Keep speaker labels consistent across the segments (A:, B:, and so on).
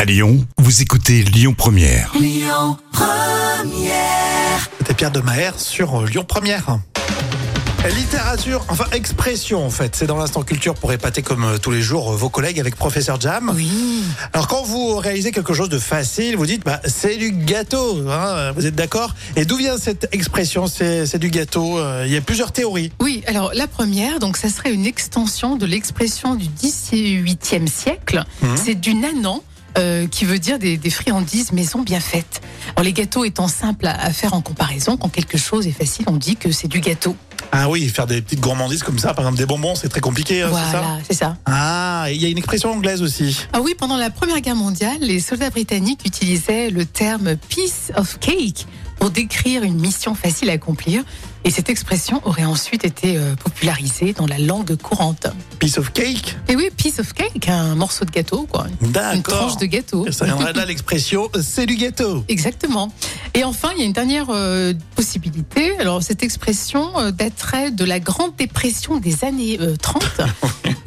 A: À Lyon, vous écoutez Lyon Première.
B: C'était Pierre de Maher sur euh, Lyon Première. Littérature, enfin expression en fait, c'est dans l'instant culture pour épater comme euh, tous les jours euh, vos collègues avec professeur Jam.
C: Oui.
B: Alors quand vous réalisez quelque chose de facile, vous dites bah c'est du gâteau, hein, vous êtes d'accord Et d'où vient cette expression c'est c'est du gâteau Euh, Il y a plusieurs théories.
C: Oui, alors la première, donc ça serait une extension de l'expression du 18e siècle.
B: Mhm.
C: C'est du nanan. euh, qui veut dire des, des friandises maison bien faites. Alors les gâteaux étant simples à, à faire en comparaison, quand quelque chose est facile, on dit que c'est du gâteau.
B: Ah oui, faire des petites gourmandises comme ça, par exemple des bonbons, c'est très compliqué, hein, c'est ça
C: voilà, c'est ça.
B: Ah, et il y a une expression anglaise aussi.
C: Ah oui, pendant la Première Guerre mondiale, les soldats britanniques utilisaient le terme piece of cake pour décrire une mission facile à accomplir. Et cette expression aurait ensuite été euh, popularisée dans la langue courante.
B: Piece of cake.
C: Et oui, piece of cake, un morceau de gâteau, quoi.
B: D'accord.
C: Une tranche de gâteau.
B: Ça viendrait de là l'expression c'est du gâteau.
C: Exactement. Et enfin, il y a une dernière euh, possibilité. Alors, cette expression euh, daterait de la Grande Dépression des années euh, 30,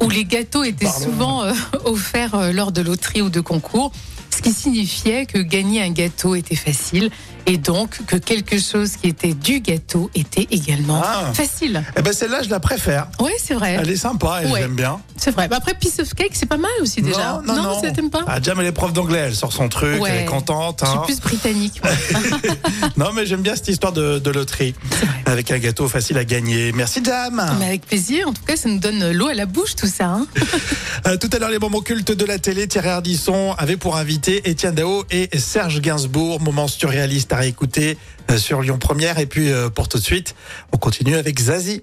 C: où les gâteaux étaient
B: Pardon.
C: souvent euh, offerts euh, lors de loteries ou de concours, ce qui signifiait que gagner un gâteau était facile et donc que quelque chose qui était du gâteau était également
B: Ah.
C: facile.
B: Eh ben celle-là je la préfère.
C: Oui, c'est vrai.
B: Elle est sympa et
C: Ouais.
B: j'aime bien.
C: C'est vrai. Bah, après, piece of cake, c'est pas mal aussi déjà.
B: Non, non, non.
C: ça t'aime pas
B: Ah, Jam, elle est prof d'anglais, elle sort son truc,
C: Ouais.
B: elle est contente.
C: Je suis
B: hein.
C: plus britannique. moi.
B: non, mais j'aime bien cette histoire de, de loterie. Avec un gâteau facile à gagner. Merci, Jam.
C: Mais avec plaisir. En tout cas, ça nous donne l'eau à la bouche, tout ça. hein.
B: Euh, tout à l'heure, les moments cultes de la télé, Thierry Ardisson avait pour invité Étienne Dao et Serge Gainsbourg. Moment surréaliste à réécouter euh, sur Lyon Première. Et puis, euh, pour tout de suite, on continue avec Zazie.